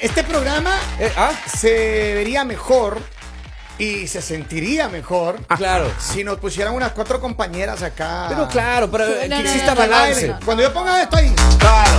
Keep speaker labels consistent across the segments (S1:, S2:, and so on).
S1: este programa
S2: Eh, ah.
S1: se vería mejor y se sentiría mejor
S2: Claro.
S1: si nos pusieran unas cuatro compañeras acá.
S2: Pero claro, pero
S3: No,
S2: eh, que
S3: Ah. no, no,
S2: exista
S3: no, no,
S2: balance.
S3: no, no.
S1: Cuando yo ponga esto ahí,
S2: Claro.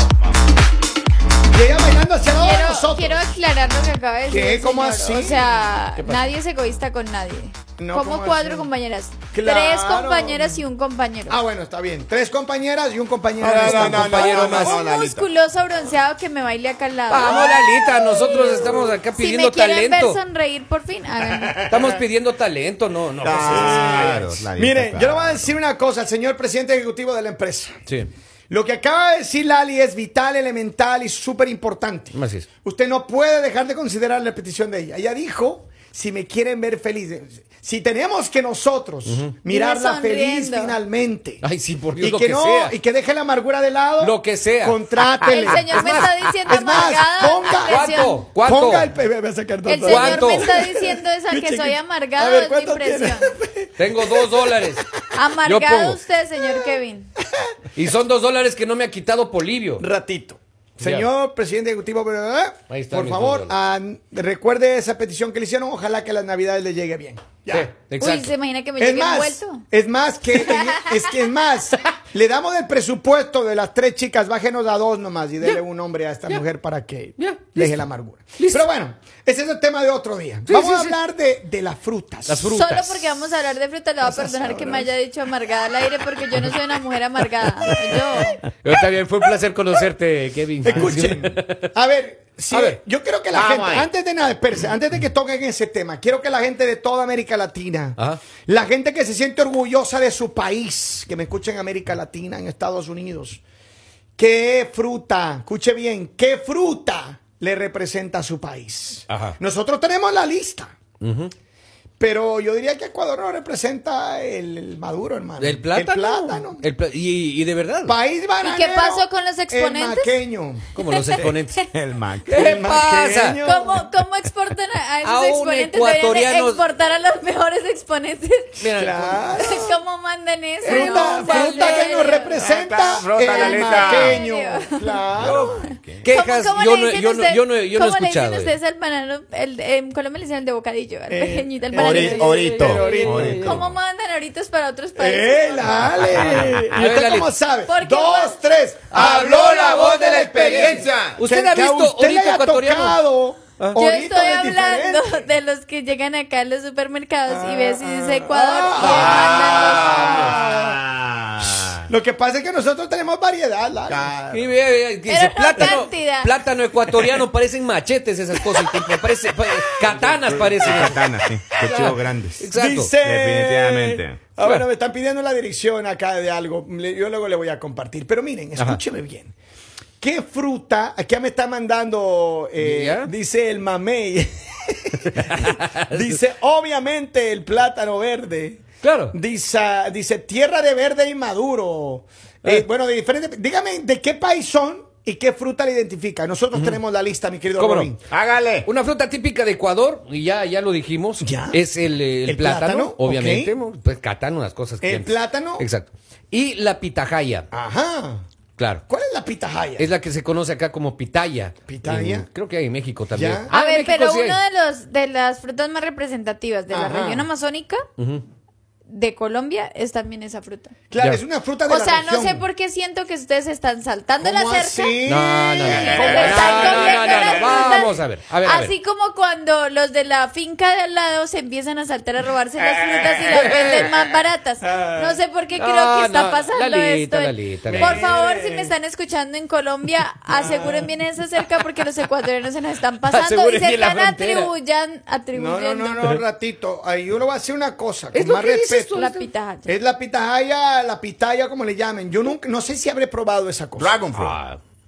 S1: y ella bailando hacia lado de
S3: Quiero,
S1: nosotros.
S3: quiero aclarar lo que acaba de decir.
S1: ¿Qué?
S3: el
S1: ¿Cómo
S3: señor.
S1: así?
S3: O sea,
S2: ¿Qué pasa?
S3: nadie es egoísta con nadie.
S1: No,
S3: Como
S1: ¿cómo
S3: cuatro
S1: así?
S3: compañeras.
S1: Claro.
S3: Tres compañeras y un compañero.
S1: Ah, bueno, está bien. Tres compañeras y un compañero.
S2: No,
S1: en
S2: no,
S1: esta
S2: no, no,
S1: compañía.
S2: compañero más.
S3: un musculoso bronceado que me baile acá al lado.
S2: Vamos, Lalita, nosotros estamos acá
S3: si
S2: pidiendo
S3: me quieren
S2: talento.
S3: ver sonreír, por fin, háganlo.
S2: Estamos pidiendo talento, no, no.
S4: Ah,
S1: Ah.
S4: Claro, clarito,
S1: Miren, yo le voy a
S4: claro.
S1: decir una cosa al señor presidente ejecutivo de la empresa.
S2: Sí.
S1: Lo que acaba de decir Lali es vital, elemental y súper importante.
S2: Así es.
S1: Usted no puede dejar de considerar la petición de ella. Ella dijo, si me quieren ver feliz, si tenemos que nosotros mirarla
S3: Mira
S1: feliz
S3: sonriendo.
S1: finalmente.
S2: Ay, sí, por Dios,
S1: y
S2: lo
S1: que,
S2: que
S1: no,
S2: sea.
S1: y que deje la amargura de lado.
S2: Lo que sea.
S1: Contrátele.
S3: El señor me está diciendo
S1: Es más,
S3: amargada.
S1: ponga-
S3: atención.
S2: ¿Cuánto? ¿Cuánto?
S1: Ponga el... me voy a sacar dos
S3: El
S1: dólares.
S3: señor
S2: ¿Cuánto?
S3: me está diciendo esa que soy
S1: A
S3: amargado,
S1: ver,
S3: es mi
S1: ¿cuánto
S3: impresión.
S2: Tengo dos dólares. Yo
S3: Amargado
S2: pongo.
S3: usted, señor Kevin.
S2: Y son dos dólares que no me ha quitado Polivio.
S1: ratito. Señor presidente ejecutivo, ¿verdad?
S2: Ahí está
S1: por
S2: mi
S1: favor,
S2: fútbol.
S1: ah, recuerde esa petición que le hicieron. Ojalá que las navidades le llegue bien. Ya.
S2: Sí,
S3: Uy, se
S2: exacto.
S3: imagina que me
S1: Es
S3: llegue
S1: más,
S3: envuelto.
S1: es más que es que es más, le damos el presupuesto de las tres chicas, bájenos a dos nomás y déle un hombre a esta mujer para que
S2: Ya,
S1: deje
S2: listo.
S1: la amargura.
S2: Listo.
S1: Pero bueno, ese es el tema de otro día.
S2: Sí,
S1: Vamos
S2: sí,
S1: a
S2: sí.
S1: hablar de, de las frutas.
S2: Las frutas.
S3: Solo porque vamos a hablar de fruta, le voy a perdonar que me haya dicho amargada al aire porque yo no soy una mujer amargada. Yo.
S2: Yo también fue un placer conocerte, Kevin.
S1: Escuchen. A ver, sí,
S2: A ver.
S1: yo creo que la
S4: Vamos
S1: gente,
S4: ahí.
S1: antes de nada, espérense, antes de que toquen ese tema, quiero que la gente de toda América Latina,
S2: Ajá.
S1: la gente que se siente orgullosa de su país, que me escuchen en América Latina, en Estados Unidos, ¿qué fruta, escuche bien, qué fruta le representa a su país?
S2: Ajá.
S1: Nosotros tenemos la lista. Pero yo diría que Ecuador no representa el, el maduro, hermano.
S2: El plátano.
S1: El plátano.
S2: El pla- y, y de verdad.
S1: País bananero.
S3: pasó con los
S1: el
S3: exponentes?
S1: maqueño.
S2: Como los exponentes.
S4: El man.
S2: ¿Qué
S1: El
S2: pasa?
S1: maqueño.
S3: ¿Cómo, cómo exportan a, a esos
S2: A un
S3: exponentes? Deberían
S2: ecuatoriano-
S3: exportar a los mejores exponentes.
S2: Mira,
S1: Claro.
S3: ¿Cómo mandan eso?
S1: Fruta,
S3: No,
S1: fruta que nos
S3: Valerio.
S1: representa
S4: Ah, claro, fruta,
S1: el
S4: Lalita.
S1: maqueño.
S3: Valerio.
S1: Claro.
S2: Quejas,
S3: ¿Cómo- cómo
S2: yo,
S3: le
S2: no,
S3: dicen
S2: yo, no,
S3: usted-
S2: yo no- yo no he
S3: ¿Cómo
S2: escuchado.
S3: le
S2: eh.
S3: dicen ustedes al banano? El, en Colombia le dicen el de bocadillo, al
S1: Eh,
S3: pequeñito, al
S1: ori-
S3: bananito.
S4: orito,
S1: orito.
S3: ¿Cómo mandan ahoritos para otros países?
S1: ¡Eh, Lale! ¿Y
S2: ver,
S1: usted
S2: Lali.
S1: cómo sabe?
S3: ¿Por qué?
S1: Dos, tres. Habló la voz de la experiencia.
S2: ¿Usted
S1: Que-
S2: ha
S1: que a
S2: visto
S1: usted le
S2: orito
S1: haya
S2: ecuatoriano?
S1: tocado
S3: Yo
S1: orito
S3: estoy
S1: de
S3: hablando
S1: diferente. Ah.
S3: de los que llegan acá a los supermercados y ves y dice Ecuador y
S4: Ah.
S1: Lo que pasa es que nosotros tenemos variedad, Lale.
S2: Y ve, eh, dice,
S3: Pero no
S2: plátano,
S3: cantidad.
S2: plátano ecuatoriano, parecen machetes esas cosas. y tipo, parece, pa- katanas parecen.
S4: Katana, sí. Cuchillos grandes.
S2: Exacto.
S1: Dice.
S4: Definitivamente.
S1: Ah, bueno, me están pidiendo la dirección acá de algo. Le- Yo luego le voy a compartir. Pero miren, escúcheme bien. ¿Qué fruta? Aquí me está mandando, eh,
S2: ¿Ya?
S1: dice el mamey. dice, obviamente, el plátano verde.
S2: Claro.
S1: Dice, dice tierra de verde y maduro. Eh,
S2: Eh.
S1: Bueno, de diferente. Dígame, ¿de qué país son y qué fruta le identifica? Nosotros tenemos la lista, mi querido
S2: ¿Cómo no?
S1: Robin.
S4: Hágale.
S2: Una fruta típica de Ecuador, y ya, ya lo dijimos,
S1: Ya.
S2: es el, eh, el
S1: El
S2: plátano,
S1: plátano,
S2: obviamente.
S1: ok.
S2: Pues catano, las cosas que
S1: El
S2: antes.
S1: plátano.
S2: Exacto. Y la pitahaya,
S1: Ajá.
S2: claro.
S1: ¿Cuál es la pitahaya?
S2: Es la que se conoce acá como pitaya.
S1: Pitaya.
S2: En- creo que hay en México también.
S1: Ya.
S3: A
S2: en
S3: ver,
S2: México
S3: pero
S2: sí hay.
S3: una de, los, de las frutas más representativas de la
S1: Ajá.
S3: región amazónica de Colombia es también esa fruta.
S1: Claro,
S2: Ya.
S1: es una fruta de
S3: O
S1: la
S3: sea, no
S1: región.
S3: sé por qué siento que ustedes están saltando la
S1: ¿Cómo
S3: cerca.
S1: así?
S2: No, no, no, no.
S3: y
S2: No,
S3: se
S2: no,
S3: están
S2: no,
S3: comiendo
S2: no,
S3: las
S2: no,
S3: frutas.
S2: Vamos a ver, a ver, a ver.
S3: Así como cuando los de la finca de al lado se empiezan a saltar a robarse las frutas y las venden más baratas. No sé por qué creo
S2: Ah,
S3: que está
S2: no,
S3: pasando
S2: Lalita,
S3: esto.
S2: Lalita,
S3: Por
S2: Lalita.
S3: favor, si me están escuchando en Colombia, aseguren bien esa cerca porque los ecuatorianos se nos están pasando
S2: Aseguren
S3: y se
S2: bien la
S3: están
S2: frontera.
S3: atribuyan,
S1: No,
S3: atribuyendo
S1: no, no, no, ratito. Ahí yo le voy a decir una cosa, con
S2: lo
S1: más
S2: que dices
S1: respeto.
S3: la pitahaya.
S1: Es la pitahaya, la pitaya, como le llamen. Yo nunca, no sé si habré probado esa cosa.
S4: Dragon fruit.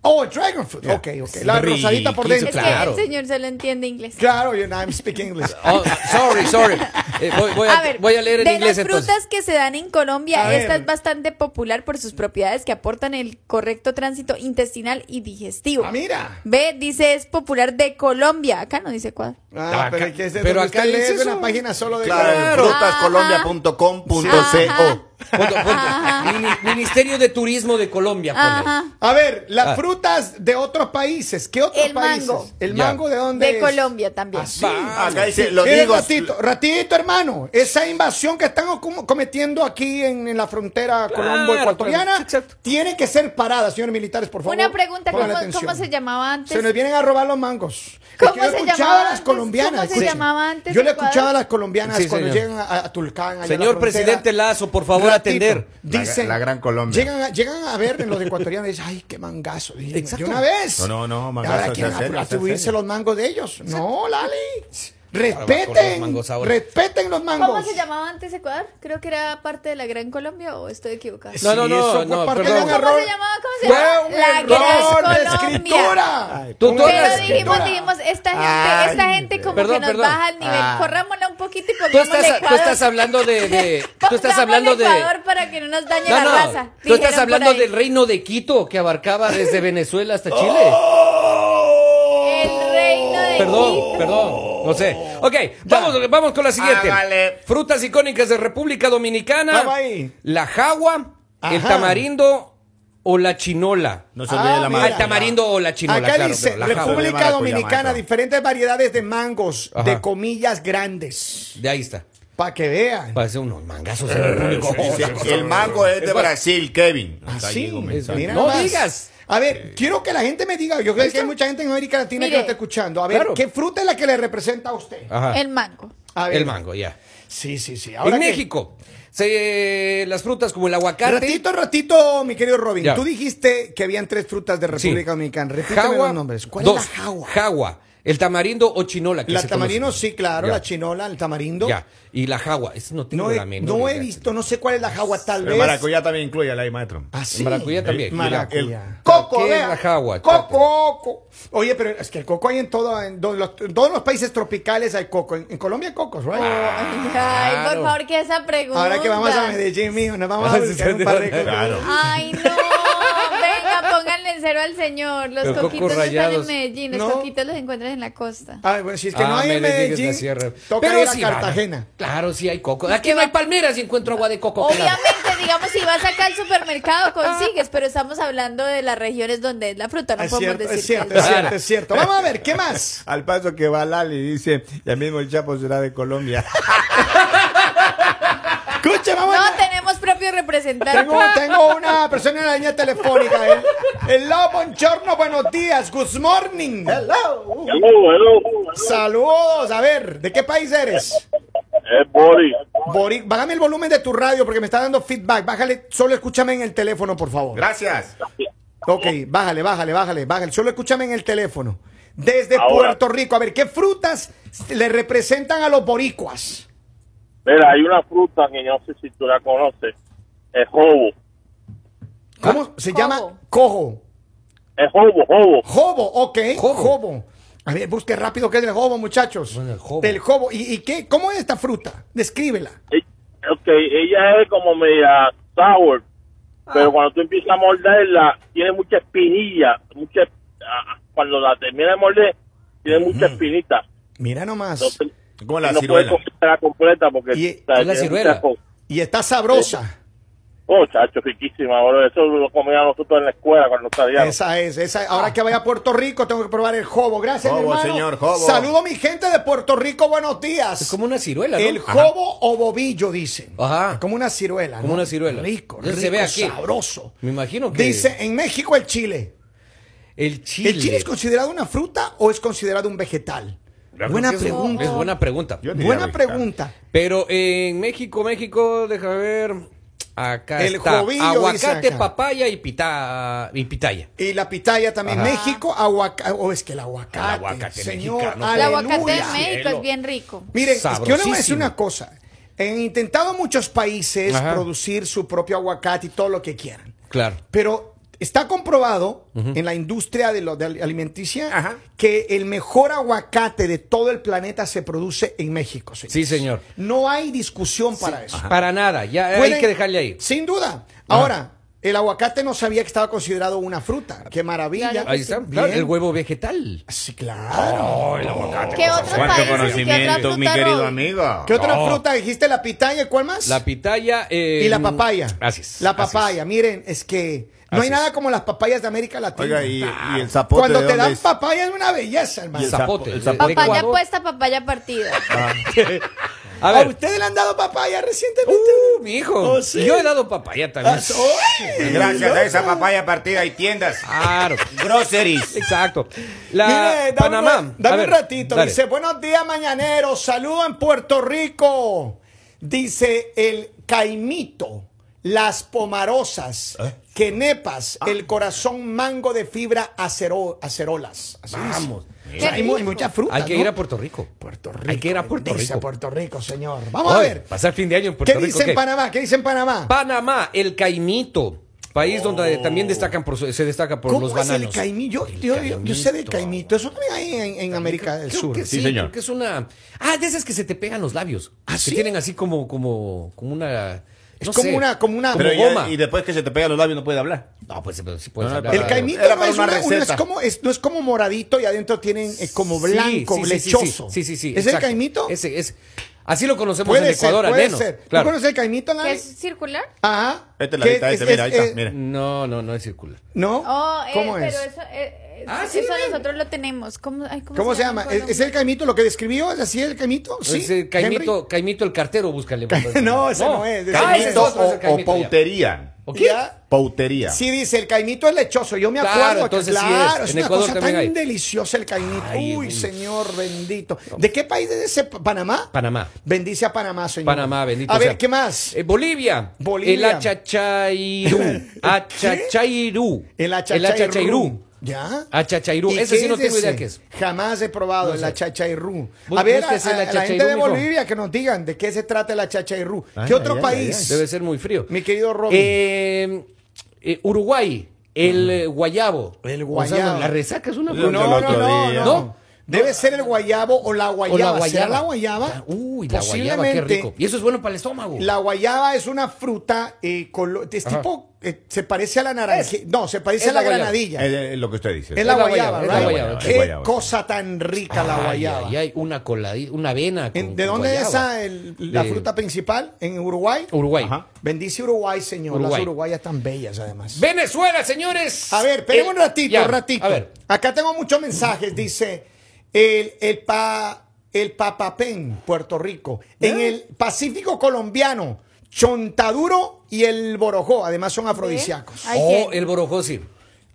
S1: Oh, dragon fruit. Ok, ok. La
S2: Riquísimo,
S1: rosadita por dentro.
S3: Es
S2: Claro.
S3: que el señor se lo entiende inglés.
S1: Claro, you know, I'm speaking English.
S2: Oh, sorry, sorry. Eh, voy, voy a, voy a leer en
S3: de
S2: inglés
S3: las
S2: entonces.
S3: frutas que se dan en Colombia,
S1: A
S3: esta
S1: ver.
S3: es bastante popular por sus propiedades que aportan el correcto tránsito intestinal y digestivo.
S1: Ah, mira.
S3: Ve, dice es popular de Colombia. Acá no dice cuál.
S1: Ah, pero, es que es de
S2: pero
S1: donde
S2: acá
S1: usted
S2: dice
S1: lee de
S2: eso.
S1: una página solo de
S4: Claro,
S2: Claro.
S4: frutascolombia.com.co.
S3: Ajá.
S2: Cuando- cuando-
S3: Ajá.
S2: Mini- Ministerio de Turismo de Colombia. pone.
S3: Ajá.
S1: A ver, las
S2: Ah.
S1: frutas de otros países. ¿Qué otros
S3: El
S1: países?
S3: mango.
S1: El
S2: Ya.
S1: mango de dónde
S3: De
S1: es?
S3: Colombia también.
S1: Oh. Así.
S2: Va.
S5: Acá dice, lo
S1: Mire,
S5: digo.
S1: ratito, ratito, hermano. Esa invasión que están com- cometiendo aquí en, en la frontera colombo-ecuatoriana
S2: claro, exacto.
S1: tiene que ser parada, señores militares, por favor.
S3: Una pregunta,
S1: pongan
S3: ¿cómo,
S1: atención.
S3: cómo se llamaba antes?
S1: Se nos vienen a robar los mangos.
S3: ¿Cómo
S1: Es que yo
S3: se
S1: escuchaba
S3: llamaba
S1: a las
S3: antes?
S1: colombianas.
S3: ¿Cómo se
S1: escuche.
S3: llamaba antes
S1: Yo le
S3: Ecuador?
S1: escuchaba a las colombianas
S2: Sí,
S1: cuando
S2: señor.
S1: llegan a, a Tulcán. allá a la
S2: Señor
S1: frontera.
S2: presidente Lazo, por favor, atender.
S4: La-
S1: Dicen,
S4: la Gran Colombia.
S1: Llegan a, llegan a ver en los ecuatorianos y dicen, ay, qué mangazo. Dije,
S2: Exacto.
S1: De una vez.
S4: No, no, no, mangazo,
S1: Ahora
S4: es
S1: quieren
S4: en serio, es en
S1: atribuirse
S4: serio.
S1: los mangos de ellos. No, Lali.
S2: Ahora va con los
S1: Respeten,
S2: mangos ahora.
S1: respeten los mangos.
S3: ¿Cómo se llamaba antes Ecuador? Creo que era parte de la Gran Colombia o estoy equivocada.
S2: No, no,
S1: Sí,
S2: no,
S1: eso fue
S2: no,
S1: parte de
S2: perdón.
S1: un
S3: ¿Cómo
S1: error.
S3: se llamaba? ¿Cómo se
S1: Fue
S3: llamaba?
S1: un
S3: La
S1: error
S3: Gran
S1: de
S3: Colombia.
S1: escritura.
S4: Ay,
S2: Tú-
S1: Un
S2: tú
S1: error
S2: eres
S1: de
S3: Pero
S1: escritura. Ah,
S3: dijimos, dijimos, esta gente,
S4: Ay,
S3: esta gente como
S2: perdón,
S3: que nos
S2: perdón.
S3: baja el nivel.
S4: Ah.
S3: Corrámosla un poquito y
S2: Tú
S3: pongámosle
S2: estás, tú
S3: Ecuador.
S2: estás hablando de, de- tú estás
S3: Pongámosle
S2: hablando de
S3: Ecuador para que no nos dañe la
S2: No, no,
S3: raza.
S2: tú
S3: dijeron
S2: estás
S3: por
S2: hablando
S3: ahí.
S2: del reino de Quito que abarcaba desde Venezuela hasta
S1: Oh.
S2: Chile.
S3: El reino de
S2: Perdón,
S3: Egipto.
S2: perdón, no sé. Ok, vamos, vamos con la siguiente.
S5: Hágale.
S2: Frutas icónicas de República Dominicana.
S1: Vamos ahí.
S2: La jagua, el
S1: Ajá.
S2: tamarindo o la chinola.
S4: No se olvide
S1: Ah,
S4: la
S1: mira.
S2: Ah, el
S1: Al
S2: tamarindo o la chinola,
S1: Acá
S2: claro,
S1: dice,
S2: pero la jagua.
S4: República
S1: República Dominicana,
S4: Dominicana,
S1: diferentes variedades de mangos
S2: Ajá.
S1: de comillas grandes.
S2: De ahí está.
S1: Para que vean.
S2: Parece unos mangazos. en
S1: Eh,
S2: el público.
S5: Dice, el mango es de Brasil, Kevin. Está
S1: Así,
S5: allí comenzando.
S1: mira
S2: No
S1: nomás.
S2: digas. Eh.
S1: A ver, quiero que la gente me diga, yo creo que hay mucha gente en América Latina que
S3: Mire.
S1: lo está escuchando. A ver,
S2: Claro.
S1: ¿qué fruta es la que le representa a usted?
S2: Ajá.
S3: El mango.
S1: A ver.
S2: El mango, ya.
S1: Sí, sí, sí.
S2: en
S1: que-
S2: México, se, las frutas como el aguacate.
S1: Ratito, ratito, mi querido Robin.
S2: Ya.
S1: Tú dijiste que habían tres frutas de
S2: Sí.
S1: República Dominicana. Repíteme
S2: Jagua,
S1: los nombres. ¿Cuál
S2: dos.
S1: es la jagua?
S2: Jagua, el tamarindo o chinola. que
S1: La
S2: se
S1: tamarindo,
S2: conoce.
S1: sí, claro.
S2: Ya,
S1: La chinola, el tamarindo.
S2: Ya, y la jagua. Es, no tengo
S1: No
S2: la
S1: he,
S2: menor
S1: no he
S2: idea.
S1: visto, no sé cuál es la jagua, tal
S4: Pero
S1: vez.
S4: maracuyá también incluye la ahí, maestro.
S1: Ah, sí.
S2: Maracuyá también.
S1: Maracuyá.
S4: El-
S1: coco,
S2: ¿Qué es
S1: vea.
S2: la jagua?
S1: Coco, coco. Oye, pero es que el coco hay en, todo, en todos los, en todos los países tropicales hay coco. En, en Colombia hay cocos, right?
S2: Ah.
S3: Ay,
S2: Claro.
S3: por favor, que esa pregunta.
S1: Ahora que vamos a Medellín, mijo, nos
S2: Ah,
S1: vamos a buscar un par de cocos.
S4: Claro.
S3: Ay, no. Venga, pónganle en cero al señor. Los
S2: Los cocos
S3: coquitos no están en
S2: rallados.
S3: Medellín. Los
S1: No.
S3: coquitos los encuentras en la costa.
S1: Ah, bueno, si es que
S2: Ah,
S1: no hay en
S2: Medellín es la
S1: Medellín,
S2: sierra.
S1: toca ir a
S2: sí van.
S1: Cartagena.
S2: Claro, sí hay coco. Aquí no hay palmeras y encuentro agua de coco. claro.
S3: Obviamente, digamos, si vas acá al supermercado, consigues, pero estamos hablando de las regiones donde es la fruta, no
S1: es
S3: podemos
S1: cierto,
S3: decir
S1: es cierto,
S3: que
S1: es
S3: es-
S1: cierto, es cierto. Vamos a ver, ¿qué más?
S4: Al paso que va Lali dice, ya mismo el Chapo será de Colombia.
S1: Escuche, vamos
S3: No
S1: a-
S3: tenemos propio representante.
S1: Tengo, tengo una persona en la línea telefónica. El, hello, buongiorno, buenos días, good morning. Hello.
S6: Hello, hello.
S1: Saludos. A ver, ¿de qué país eres?
S6: Es Boris.
S1: Boric, bájame el volumen de tu radio porque me está dando feedback. Bájale, solo escúchame en el teléfono, por favor.
S4: Gracias.
S1: Ok, bájale, bájale, bájale, bájale. Solo escúchame en el teléfono. Desde
S6: Ahora.
S1: Puerto Rico. A ver, ¿qué frutas le representan a los boricuas?
S6: Mira, hay una fruta que no sé si tú la conoces. Es jobo. ¿Ah?
S1: ¿Cómo se
S3: Cojo.
S1: llama? Cojo.
S6: Es jobo, jobo.
S1: Jobo, ok.
S2: Jobo.
S1: Jobo. A ver, busque rápido qué es el jobo, muchachos.
S2: Bueno, el jobo.
S1: Del jobo. ¿Y, y qué? ¿Cómo es esta fruta? Descríbela.
S6: Eh, Ok, ella es como media sour. Pero cuando tú empiezas a morderla, tiene mucha espinilla. Mucha, ah, cuando la terminas de morder, tiene mucha espinita.
S1: Mira nomás.
S6: Entonces,
S4: Como la
S6: no
S4: ciruela.
S6: puedes comerla completa porque...
S1: Y-
S6: o sea,
S2: es la
S6: tiene
S2: ciruela.
S6: mucha co-
S1: Y está sabrosa.
S6: Oh, chacho, riquísima, bro. Eso lo comíamos nosotros en la escuela cuando salíamos.
S1: Esa es, esa. Ahora que vaya a Puerto Rico, tengo que probar el jobo. Gracias, mi
S4: Jobo,
S1: hermano.
S4: señor, jobo.
S1: Saludo a mi gente de Puerto Rico, buenos días.
S2: Es como una ciruela, ¿no?
S1: el jobo o bobillo, dicen.
S2: Ajá.
S1: Es Como una ciruela. ¿no?
S2: Como una ciruela.
S1: Rico,
S2: Ya
S1: rico,
S2: se ve aquí.
S1: sabroso.
S2: Me imagino que-
S1: Dice, en México el chile.
S2: El chile.
S1: ¿El chile es considerado una fruta o es considerado un vegetal?
S4: Claro
S1: Buena
S4: que es un-
S1: pregunta.
S2: Es buena pregunta.
S4: Yo diría
S1: Buena
S4: vegetal.
S1: pregunta.
S2: Pero en México, México, déjame ver. Acá
S1: El
S2: está.
S1: jovillo,
S2: Aguacate,
S1: dice acá.
S2: papaya y, pita, y pitaya.
S1: Y la pitaya también.
S2: Ajá.
S1: México, aguacate. Oh, es que el aguacate.
S2: El aguacate
S1: señor,
S2: mexicano.
S3: El aguacate
S1: aleluya.
S3: en México
S2: Cielo.
S3: es bien rico.
S1: Miren, es que yo le voy a decir
S2: Sabrosísimo.
S1: una cosa. Han intentado muchos países
S2: Ajá.
S1: producir su propio aguacate y todo lo que quieran.
S2: Claro.
S1: Pero está comprobado en la industria de lo de la alimenticia
S4: Ajá.
S1: que el mejor aguacate de todo el planeta se produce en México. señores.
S2: Sí, señor.
S1: No hay discusión para eso.
S2: Para nada. Ya Eh, hay
S1: Pueden-
S2: que dejarle ahí. Ah.
S1: Sin duda. Ahora, El aguacate no sabía que estaba considerado una fruta. ¡Qué maravilla! Pues
S3: Claro que
S2: Ahí está,
S1: Bien.
S2: claro, el huevo vegetal.
S1: Sí, claro.
S3: ¿Qué otro
S5: Cuánto
S3: país? ¿Qué
S5: conocimiento,
S3: otra
S5: mi
S3: fruta
S5: querido
S3: no?
S5: amigo.
S1: ¿Qué otra fruta dijiste? ¿La pitaya? ¿Cuál más?
S2: La pitaya. eh,
S1: y la papaya.
S2: Así es.
S1: La
S2: así es.
S1: papaya. Miren, es que no
S2: Así
S1: hay
S2: es.
S1: nada como las papayas de América Latina.
S4: Oiga, y,
S1: Ah.
S4: y el zapote.
S1: Cuando
S4: ¿de
S1: te
S4: dónde
S1: dan
S4: es?
S1: papaya es una belleza,
S4: Y
S1: hermano.
S4: el
S2: Zapote.
S4: zapo- el
S2: de- de
S3: Papaya
S4: zapote.
S3: pues.
S2: Ecuador.
S3: puesta, papaya partida.
S2: A
S1: A,
S4: Ah,
S2: ver.
S1: ustedes le han dado papaya recientemente?
S2: Uh, mi hijo.
S1: Oh, sí.
S2: Yo he dado papaya también.
S4: Ah,
S1: ¡Ay!
S5: Gracias a esa papaya partida hay tiendas.
S2: Claro.
S5: Groceries.
S2: Exacto. La
S1: Mire, dame
S2: Panamá.
S1: un, ra- dame
S2: A ver,
S1: un ratito.
S2: dale.
S1: Dice, buenos días, mañanero. Saludo en Puerto Rico. Dice el caimito, las pomarosas,
S2: ¿Eh?
S1: quenepas,
S2: Ah.
S1: el corazón mango de fibra acero- acerolas. Así dice.
S5: Vamos.
S1: O sea, hay, mu- hay mucha fruta.
S2: Hay que
S1: ¿no?
S2: ir a Puerto Rico.
S1: Puerto
S2: Hay que ir a Puerto
S1: Dice
S2: Rico.
S1: Puerto Rico, señor. Vamos a
S2: Oye,
S1: ver.
S2: Pasar fin de año en Puerto
S1: ¿Qué
S2: Rico.
S1: dice en
S2: ¿qué?
S1: Panamá? ¿Qué dice en Panamá?
S2: Panamá, el caimito. País donde también destacan por su- se destaca por
S1: ¿Cómo
S2: los
S1: es
S2: bananos.
S1: el caimito? Yo, yo- yo- yo sé del caimito. Eso también hay en, en América del
S2: Creo
S1: Sur.
S2: que sí,
S5: señor.
S2: creo que es una. Ah, de esas que se te pegan los labios.
S1: ¿Ah,
S2: que
S1: sí?
S2: tienen así como, como, como una.
S1: Es
S2: no
S1: como
S2: sé,
S1: una- como una-
S2: como
S5: Pero ya-
S2: goma.
S5: y después que se te pega los labios no puede hablar.
S2: No, pues pero sí puedes
S5: No, no,
S2: hablar.
S1: El
S5: Claro.
S1: caimito
S5: Era
S1: no
S5: para
S1: es,
S5: una
S1: una- una- es
S5: receta.
S1: como, es- no es como moradito y adentro tienen eh, como
S2: Sí,
S1: blanco,
S2: sí, sí, sí,
S1: lechoso.
S2: Sí, sí, sí.
S1: ¿Es el
S2: exacto.
S1: caimito?
S2: Ese, es. Así lo conocemos
S1: puede
S2: en Ecuador,
S1: ser,
S2: al
S1: puede
S2: menos.
S1: ser.
S2: Claro.
S1: ¿Tú conoces el caimito,
S3: ¿Que
S1: Lali?
S3: es circular?
S1: Ajá.
S5: Esta es
S1: ¿Qué
S5: la mitad,
S1: es-
S5: esta, mira, ahí
S1: es-
S5: está,
S1: eh,
S5: mira.
S2: No, no, no es circular.
S1: ¿No?
S3: Oh, eh,
S1: ¿Cómo
S3: pero
S1: es?
S3: eso, eh, eh,
S2: Ah, sí,
S3: eso
S2: ven.
S3: nosotros lo tenemos. ¿Cómo, ay, cómo
S1: ¿Cómo se llama?
S3: en
S1: ¿Es, es
S3: Colombia?
S1: el caimito lo que describió? ¿Es así el caimito? Sí.
S2: es el caimito, caimito el cartero, búscale.
S1: No, ese no es, ese
S2: Ah,
S1: no
S2: ese
S1: es.
S5: Caimito
S2: otro, ese
S5: o, o
S2: caimito ya.
S5: pautería.
S2: ¿O
S1: Henry.
S2: qué?
S1: Ya.
S5: Pautería.
S1: Sí, dice, el caimito es lechoso. Yo me
S2: Claro,
S1: acuerdo. que-
S2: entonces sí
S1: claro,
S2: es.
S1: es
S2: En
S1: una
S2: Ecuador
S1: cosa tan
S2: también hay.
S1: deliciosa el caimito.
S2: Ay,
S1: Uy,
S2: uy.
S1: señor bendito. ¿De qué país es ese? ¿Panamá?
S2: Panamá.
S1: Bendice a Panamá, señor.
S2: Panamá, bendito
S1: A ver,
S2: sea.
S1: ¿qué más?
S2: Eh, Bolivia.
S1: Bolivia.
S2: El Achachairú. Achachairú.
S1: El achachairú.
S2: El Achachairú.
S1: ¿Ya?
S2: Achachairú.
S1: ¿Y
S2: Ese
S1: qué
S2: sí no
S1: es
S2: tengo
S1: ese?
S2: idea qué es.
S1: Jamás he probado
S2: No
S1: el
S2: sé.
S1: achachairú.
S2: Bú-
S1: A ver, a,
S2: búsquese el
S1: a- a la gente
S2: achachairú,
S1: de
S2: mijo.
S1: Bolivia que nos digan de qué se trata el achachairú.
S5: Ay,
S1: ¿Qué otro
S5: ay, ay,
S1: país?
S2: Debe ser muy frío.
S1: Mi querido Robin.
S2: Eh, eh, Uruguay. El eh, guayabo.
S1: El
S2: O sea,
S1: guayabo.
S2: la resaca es una
S1: No,
S5: No,
S2: bronca.
S1: no,
S5: el otro
S1: no,
S5: día.
S1: no.
S2: ¿No?
S1: Debe ser el guayabo o la guayaba.
S2: O la guayaba.
S1: ¿Será la guayaba?
S2: Ah, Uy, la guayaba, qué rico. Y eso es bueno para el estómago.
S1: La guayaba es una fruta, eh, colo- es
S2: Ajá.
S1: tipo, eh, se parece a la naranja. No, se parece
S2: es
S1: a la,
S2: la guayaba.
S1: granadilla.
S5: Es, es lo que usted dice.
S1: es la
S2: es la
S1: guayaba,
S2: guayaba, es la
S1: right?
S2: guayaba,
S1: Qué
S5: es la guayaba.
S1: cosa tan rica la guayaba.
S2: Y hay una coladita, una avena.
S1: En-
S2: con-
S1: ¿De
S2: con
S1: dónde es
S2: guayaba.
S1: esa el- la
S2: De-
S1: fruta principal? ¿En Uruguay?
S2: Uruguay.
S5: Ajá.
S1: Bendice Uruguay, señor. Las
S2: Uruguay.
S1: uruguayas tan bellas, además.
S2: Venezuela, señores.
S1: A ver, esperen un
S2: El-
S1: ratito,
S2: Eh, ya,
S1: un ratito.
S2: A ver.
S1: Acá tengo muchos mensajes. Dice el, el, pa, el papapén, Puerto Rico. En
S2: ¿Eh?
S1: el Pacífico colombiano, Chontaduro y el Borojó. Además son afrodisíacos.
S3: Ay,
S2: oh,
S3: qué-
S2: el borojó, sí.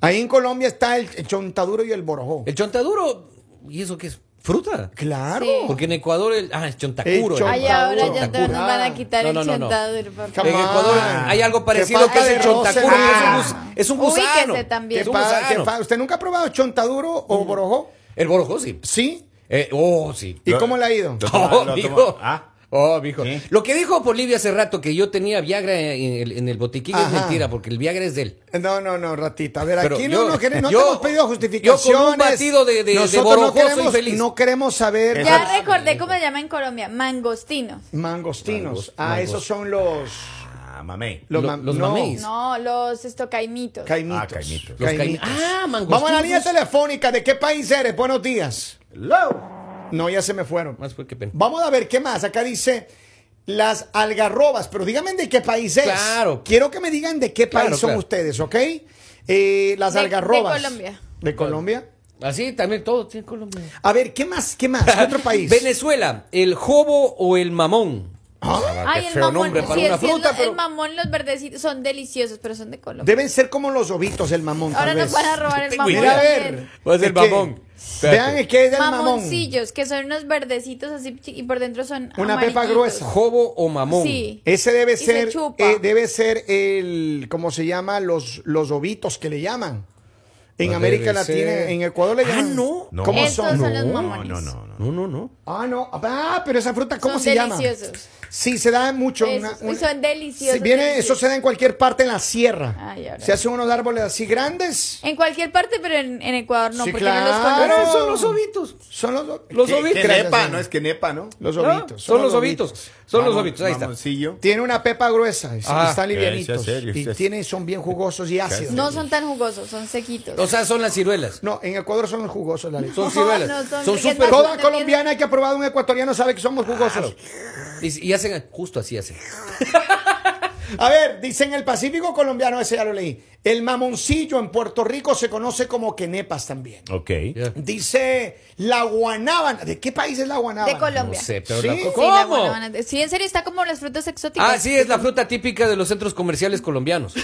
S1: Ahí en Colombia está el, el Chontaduro y el Borojó.
S2: El chontaduro, ¿y eso qué es? ¿Fruta?
S1: Claro.
S3: Sí.
S2: Porque en Ecuador el. Ah, es chontacuro.
S1: El
S2: el
S3: Ay, ahora ya
S2: chontacuro.
S3: nos van a quitar
S2: Ah. No,
S3: el
S2: no, no, no.
S3: chantador. papá.
S1: Come
S2: En
S1: on.
S2: Ecuador hay algo parecido
S1: falta
S2: que es el
S1: de roce,
S2: chontacuro.
S1: ah.
S2: Es, un gus- es un gusano.
S3: Ubíquese también.
S1: Qué
S2: Es un
S1: pa- qué
S2: gusano. Mm.
S1: pa- ¿Usted nunca ha probado Chontaduro o Borojó?
S2: El borojó, sí.
S1: Sí.
S2: Eh, oh, sí.
S1: ¿Y cómo le ha ido?
S5: Lo toma-
S2: Oh,
S5: lo
S2: mijo.
S5: toma- ah.
S2: Oh, mijo.
S5: ¿Sí?
S2: Lo que dijo Bolivia hace rato que yo tenía Viagra en el, en el botiquín es
S1: Ajá.
S2: mentira, porque el Viagra es de él.
S1: No, no, no, ratita. A ver,
S2: Pero
S1: aquí
S2: yo-
S1: no, no, queremos- no
S2: yo-
S1: te hemos pedido justificaciones.
S2: yo con un batido de- de- de
S1: Nosotros
S2: borojó
S1: no queremos,
S2: soy feliz.
S1: No queremos saber
S3: Ya recordé cómo se llama en Colombia, mangostinos.
S1: mangostinos.
S2: Mangos-
S1: ah,
S2: mangos-
S1: esos son los...
S5: Ah, mamey.
S1: Los,
S2: Lo-
S1: mam-
S2: los
S1: no,
S2: mameis.
S3: No, los estocaimitos.
S1: Caimitos.
S5: Ah, caimitos.
S2: Los
S1: Caimitos.
S2: caim- Ah, mangostinos.
S1: Vamos a la línea telefónica. ¿De qué país eres? Buenos días. No, ya se me fueron.
S2: Más fue que pena.
S1: Vamos a ver qué más. Acá dice las algarrobas, pero díganme de qué país es.
S2: Claro.
S1: Quiero que me digan de qué
S2: Claro,
S1: país son
S2: claro.
S1: ustedes, ¿ok? Eh, las
S3: De- de
S1: algarrobas.
S3: Colombia.
S1: ¿De Colombia?
S2: Así también todo tiene Colombia.
S1: A ver, ¿qué más? ¿Qué más? ¿Qué Ah, otro país?
S2: Venezuela, el jobo o el mamón.
S1: ¿Ah?
S3: Ay,
S2: Qué
S3: el
S2: feo
S3: mamón.
S2: nombre para
S3: sí,
S2: una
S3: sí, es
S2: fruta,
S3: lo-
S2: pero-
S3: El mamón, los verdecitos son deliciosos, pero son de Colombia.
S1: Deben ser como los ovitos, el mamón.
S3: Ahora
S1: tal
S3: nos
S1: vez.
S3: van a robar el
S2: tengo
S3: mamón.
S2: idea.
S1: Mira, a ver.
S3: también.
S2: Pues el
S1: Es que-
S2: mamón. Espérate.
S1: Vean el que es el mamón.
S3: Mamoncillos, que son unos verdecitos así chi- y por dentro son
S1: Una pepa
S3: amarillitos.
S1: gruesa.
S2: Jobo o mamón.
S3: Sí.
S1: Ese debe
S3: se
S1: ser,
S3: chupa.
S1: eh, debe ser el, ¿cómo se llama? Los, los ovitos que le llaman. En
S2: No
S1: América
S2: Ah, debe
S1: Latina,
S2: ser.
S1: en Ecuador le
S2: Ah,
S1: llaman.
S2: no.
S5: No.
S1: ¿Cómo
S3: Estos
S1: son?
S3: son los
S5: No,
S3: mamones.
S5: no, no, no.
S2: No, no, no.
S1: Ah, no. Ah, pero esa fruta, ¿cómo
S3: Son
S1: se llama?
S3: deliciosos.
S1: Sí, se da mucho.
S3: Esos,
S1: una- una-
S3: Son deliciosos.
S1: Si viene, eso
S3: deliciosos.
S1: se da en cualquier parte en la sierra.
S3: Ay, ahora.
S1: se hacen unos árboles así grandes.
S3: En cualquier parte, pero en, en Ecuador no,
S1: Sí,
S3: porque Ah, no los
S1: claro.
S3: conocen.
S4: son los ovitos.
S1: Son los, do-
S2: Los
S4: Que-
S2: ovitos.
S4: que nepa, no es que nepa, ¿no?
S1: los
S2: No,
S1: ovitos.
S2: son los ovitos. Son los ovitos. Ahí está.
S4: Mamoncillo.
S1: Tiene una pepa gruesa, y están
S2: Ah,
S5: que sea
S1: livianitos.
S5: serio,
S1: y
S5: sea-
S1: tiene, son bien jugosos y ácidos.
S5: serio.
S1: No,
S3: No son tan jugosos, son sequitos.
S2: O sea, son las ciruelas.
S1: en Ecuador son los jugosos. La leche.
S2: Son
S3: No,
S2: ciruelas.
S3: no, son-
S2: son
S3: es más-
S2: súper.
S1: Toda
S3: También-
S1: colombiana que ha probado un ecuatoriano sabe que somos jugosos.
S2: Y, y hacen. Justo así hacen.
S1: A ver, dice en el Pacífico colombiano, ese ya lo leí. El mamoncillo en Puerto Rico se conoce como quenepas también.
S5: Ok.
S2: Ya.
S1: Dice la guanábana. ¿De qué país es la guanábana?
S3: de Colombia.
S2: No sé, pero
S1: Sí.
S2: la-
S1: Sí,
S3: Sí, la
S2: ¿Cómo?
S3: guanábana. Sí, en serio, está como las frutas exóticas.
S2: Ah, sí, es la fruta típica de los centros comerciales colombianos.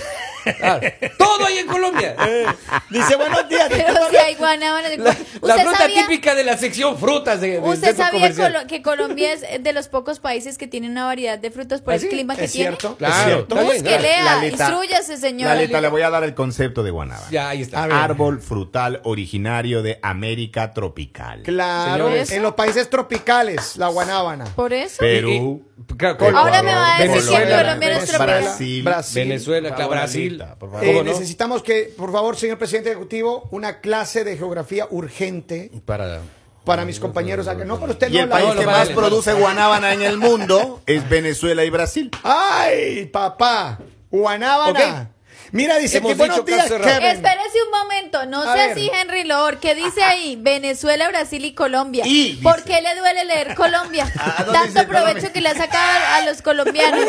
S2: Claro. Todo hay en Colombia.
S1: Eh. Dice buenos días. ¿de
S3: Pero
S1: Colombia?
S3: sí hay guanábana. de-
S2: La, la
S3: ¿Usted
S2: fruta
S3: sabía-
S2: típica de la sección frutas de, del
S3: ¿Usted
S2: centro
S3: sabía
S2: comercial.
S3: Colo- que Colombia es de los pocos países que tiene una variedad de frutas por
S1: ¿Ah,
S3: el
S1: sí?
S3: clima que
S1: ¿Es
S3: tiene?
S1: cierto?
S2: Claro,
S5: ¿Es
S2: está bien,
S3: Que
S2: claro.
S3: lea,
S5: Lalita-
S3: instrúyase, señora.
S5: Lalita, le voy a dar el concepto de guanábana.
S2: Ya, ahí está.
S5: Árbol frutal originario de América tropical.
S1: Claro,
S2: Señores.
S1: en los países tropicales, la guanábana.
S3: Por eso.
S5: Perú.
S2: Y- y- claro,
S5: Ecuador,
S3: Ahora me va a decir
S2: Venezuela,
S3: que Colombia es
S1: Venezuela,
S3: tropical.
S5: Brasil.
S1: Brasil.
S2: Venezuela, claro, Brasil.
S5: Lalita, por
S1: Eh,
S5: favor.
S2: ¿Cómo no?
S1: Necesitamos que, por favor, señor presidente ejecutivo, una clase de geografía urgente
S2: Para.
S1: para mis compañeros. acá. No, pero usted
S5: Y
S1: no
S5: el
S1: la-
S5: país
S2: no,
S5: que
S2: no,
S5: más
S2: vale.
S5: produce guanábana en el mundo es Venezuela y Brasil.
S1: ¡Ay, papá! Guanábana. Mira, dice
S2: Hemos
S1: que buenos
S2: dicho
S1: días,
S2: caso cerrado.
S1: Kevin.
S3: Espérese un momento, no
S1: A
S3: sea
S1: ver.
S3: así, Henry Lord. ¿Qué dice ahí? Venezuela, Brasil y Colombia.
S5: Y dice-
S3: ¿Por qué le duele leer Colombia?
S5: Ah, ¿dónde
S3: Tanto
S5: dice
S3: provecho
S5: Colombia?
S3: que le ha sacado a los colombianos.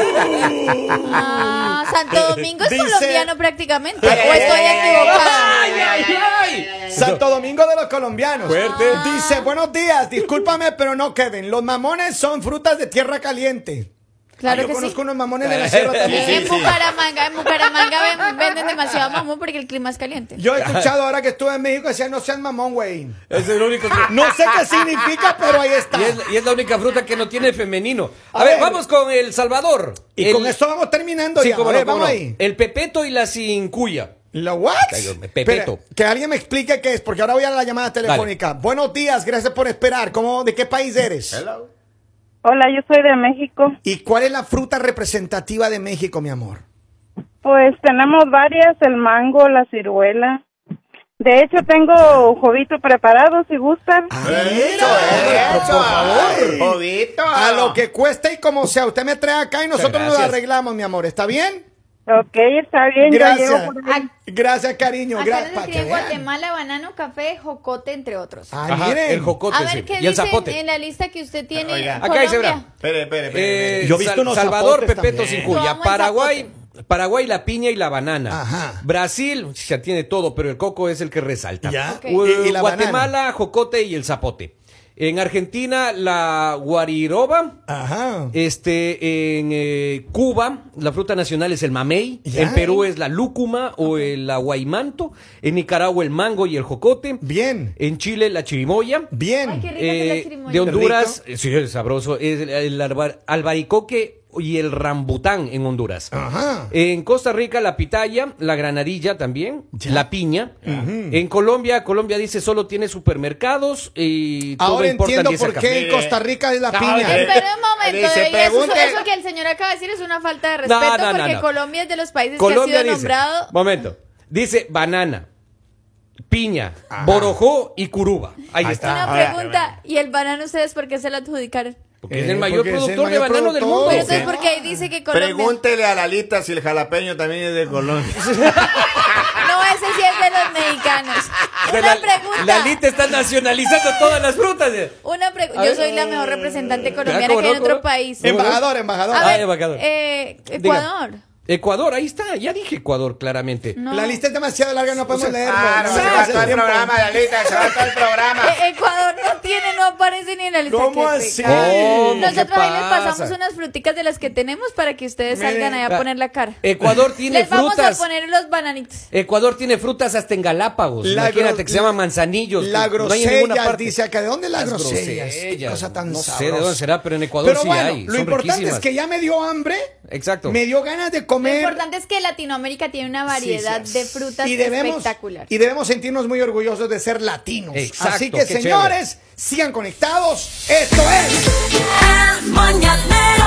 S3: ah, Santo Domingo es
S1: Dice-
S3: colombiano prácticamente. ¿O estoy equivocada?
S2: ¡Ay, ay, ay!
S1: Santo Domingo de los colombianos.
S2: Fuerte.
S1: Dice, buenos días, discúlpame, pero no, Kevin. Los mamones son frutas de tierra caliente.
S3: Claro
S1: Ah, Yo
S3: que sí.
S1: conozco unos mamones de la sierra también.
S3: en Bucaramanga, en Bucaramanga ven- venden demasiado mamón porque el clima es caliente.
S1: Yo he escuchado ahora que estuve en México decían, no sean mamón, güey.
S2: Es el único que.
S1: No sé qué significa, pero ahí está.
S2: Y es, y es la única fruta que no tiene femenino. A,
S1: A
S2: ver,
S1: ver.
S2: vamos con El Salvador.
S1: Y
S2: El-
S1: con esto vamos terminando
S2: Sí,
S1: ya.
S2: cómo
S1: A
S2: no,
S1: ver,
S2: cómo
S1: vamos
S2: no. Eh,
S1: ahí.
S2: El pepeto y la cincuya.
S1: ¿La what?
S2: Cayó, Pepeto.
S1: Espera, que alguien me explique qué es, porque ahora voy a la llamada telefónica. Buenos días, gracias por esperar. ¿Cómo, ¿De qué país eres?
S7: Hola, yo soy de México.
S1: ¿Y cuál es la fruta representativa de México, mi amor?
S7: Pues tenemos varias, el mango, la ciruela. De hecho, tengo jovito preparado, si gustan.
S1: Eso, eso, Ah, Ah. por favor.
S5: Jodito.
S1: A lo que cuesta y como sea. Usted me trae acá y nosotros nos
S2: gracias.
S1: arreglamos, mi amor. ¿Está bien?
S7: Ok, está bien. yo
S1: Gracias.
S7: llego por-
S1: Gracias, cariño.
S3: Acá
S1: Gracias.
S3: nos escriben Guatemala, banano, café, jocote, entre otros.
S1: Ah,
S2: Ajá,
S1: miren.
S2: el jocote.
S3: A
S2: sí.
S3: ver qué
S2: y el
S3: dicen
S2: zapote.
S3: en la lista que usted tiene.
S5: Oiga.
S2: Acá dice,
S3: Colombia.
S2: verá.
S5: Espere, espere, espere.
S2: Eh,
S5: espere.
S1: Yo he visto
S2: Sal-
S1: unos
S2: Salvador,
S1: zapotes
S2: Pepeto,
S1: también.
S2: Cincuya.
S3: Como el
S2: Paraguay, Paraguay, la piña y la banana.
S1: Ajá.
S2: Brasil, ya tiene todo, pero el coco es el que resalta.
S1: Ya.
S3: Ok.
S2: U-
S1: Y- y la
S2: Guatemala,
S1: banana.
S2: jocote y el zapote. En Argentina, la guariroba.
S1: Ajá.
S2: Este, en eh, Cuba, la fruta nacional es el mamey.
S1: Ya.
S2: En Perú es la lúcuma o el aguaimanto. En Nicaragua, el mango y el jocote.
S1: Bien.
S2: En Chile, la chirimoya.
S1: Bien.
S3: Ay, qué rico.
S2: Eh,
S3: que la chirimoya.
S2: de Honduras, eh, sí, es sabroso, es el, el alba- albaricoque y el rambután en Honduras.
S1: Ajá.
S2: En Costa Rica, la pitaya, la granadilla también,
S1: Ya.
S2: la piña. En Colombia, Colombia dice solo tiene supermercados y todo
S1: Ahora
S2: importan
S1: entiendo
S2: 10
S1: por
S2: acá.
S1: qué en
S5: Mire.
S1: Costa Rica es la
S2: No,
S1: piña.
S5: mire.
S3: Espera un momento,
S5: Dice,
S3: y eso-
S5: pregunte-
S3: eso, que el señor acaba de decir es una falta de
S2: No,
S3: respeto
S2: no, no,
S3: porque
S2: no.
S3: Colombia es de los países que
S2: Colombia
S3: ha sido
S2: dice,
S3: nombrado.
S2: momento, dice banana, piña, borojó y curuba. Ahí está.
S3: Una pregunta, ¿y el banano ustedes por qué se lo adjudicaron?
S2: Porque
S1: Eh,
S2: es el mayor
S1: porque es el
S2: productor de
S1: mayor
S2: banano del
S1: productor.
S2: mundo.
S3: Pero
S1: sí.
S3: entonces, porque ahí dice que Colombia.
S5: Pregúntele a Lalita si el jalapeño también es de Colombia.
S3: No, ese sí es de los mexicanos.
S2: O sea,
S3: Una
S2: la-
S3: Ah, pregunta.
S2: Lalita está nacionalizando todas las frutas.
S3: Una pregunta. Yo soy la mejor representante colombiana
S2: ¿cómo
S3: que hay en
S2: no?
S3: otro
S2: ¿Cómo no?
S3: país.
S1: Embajador, embajador.
S3: A
S2: Ah,
S3: ver,
S2: embajador.
S3: eh, Ecuador.
S2: Ecuador, ahí está, ya dije Ecuador claramente.
S3: No.
S1: La lista es demasiado larga, no podemos leerlo.
S5: Ah, no,
S1: No,
S5: se
S1: no,
S5: va
S1: no,
S5: todo el
S1: tiempo.
S5: programa, Lalita, se va todo el programa.
S3: Eh, Ecuador no tiene, no aparece ni en la lista.
S1: ¿Cómo
S3: Qué
S1: así?
S3: pecado.
S2: ¿Cómo?
S3: Nosotros
S2: Oh, ¿Qué
S3: ahí les pasamos
S2: pasa?
S3: unas fruticas de las que tenemos para que ustedes salgan ahí a
S2: Ah,
S3: poner la cara.
S2: Ecuador tiene
S3: les vamos
S2: frutas.
S3: a poner los bananitos.
S2: Ecuador tiene frutas hasta en Galápagos.
S1: La
S2: Imagínate
S1: gro-
S2: que se llama manzanillos.
S1: La
S2: que no hay en ninguna
S1: grosella,
S2: parte.
S1: dice acá. ¿De dónde las
S2: Las
S1: grosellas? Qué
S2: grosellas,
S1: cosa tan
S2: no sé de
S1: sabrosa.
S2: dónde será, pero en Ecuador sí
S1: bueno,
S2: hay,
S1: Lo
S2: son
S1: importante
S2: riquísimas.
S1: es que ya me dio hambre
S2: exacto.
S1: Me dio ganas de
S3: Lo
S1: comer.
S3: importante es que Latinoamérica tiene una variedad
S1: Sí, sí.
S3: de frutas espectacular.
S1: Y debemos sentirnos muy orgullosos de ser latinos.
S2: Exacto,
S1: Así que,
S2: qué
S1: señores, sigan conectados. Esto es.
S8: El mañanero.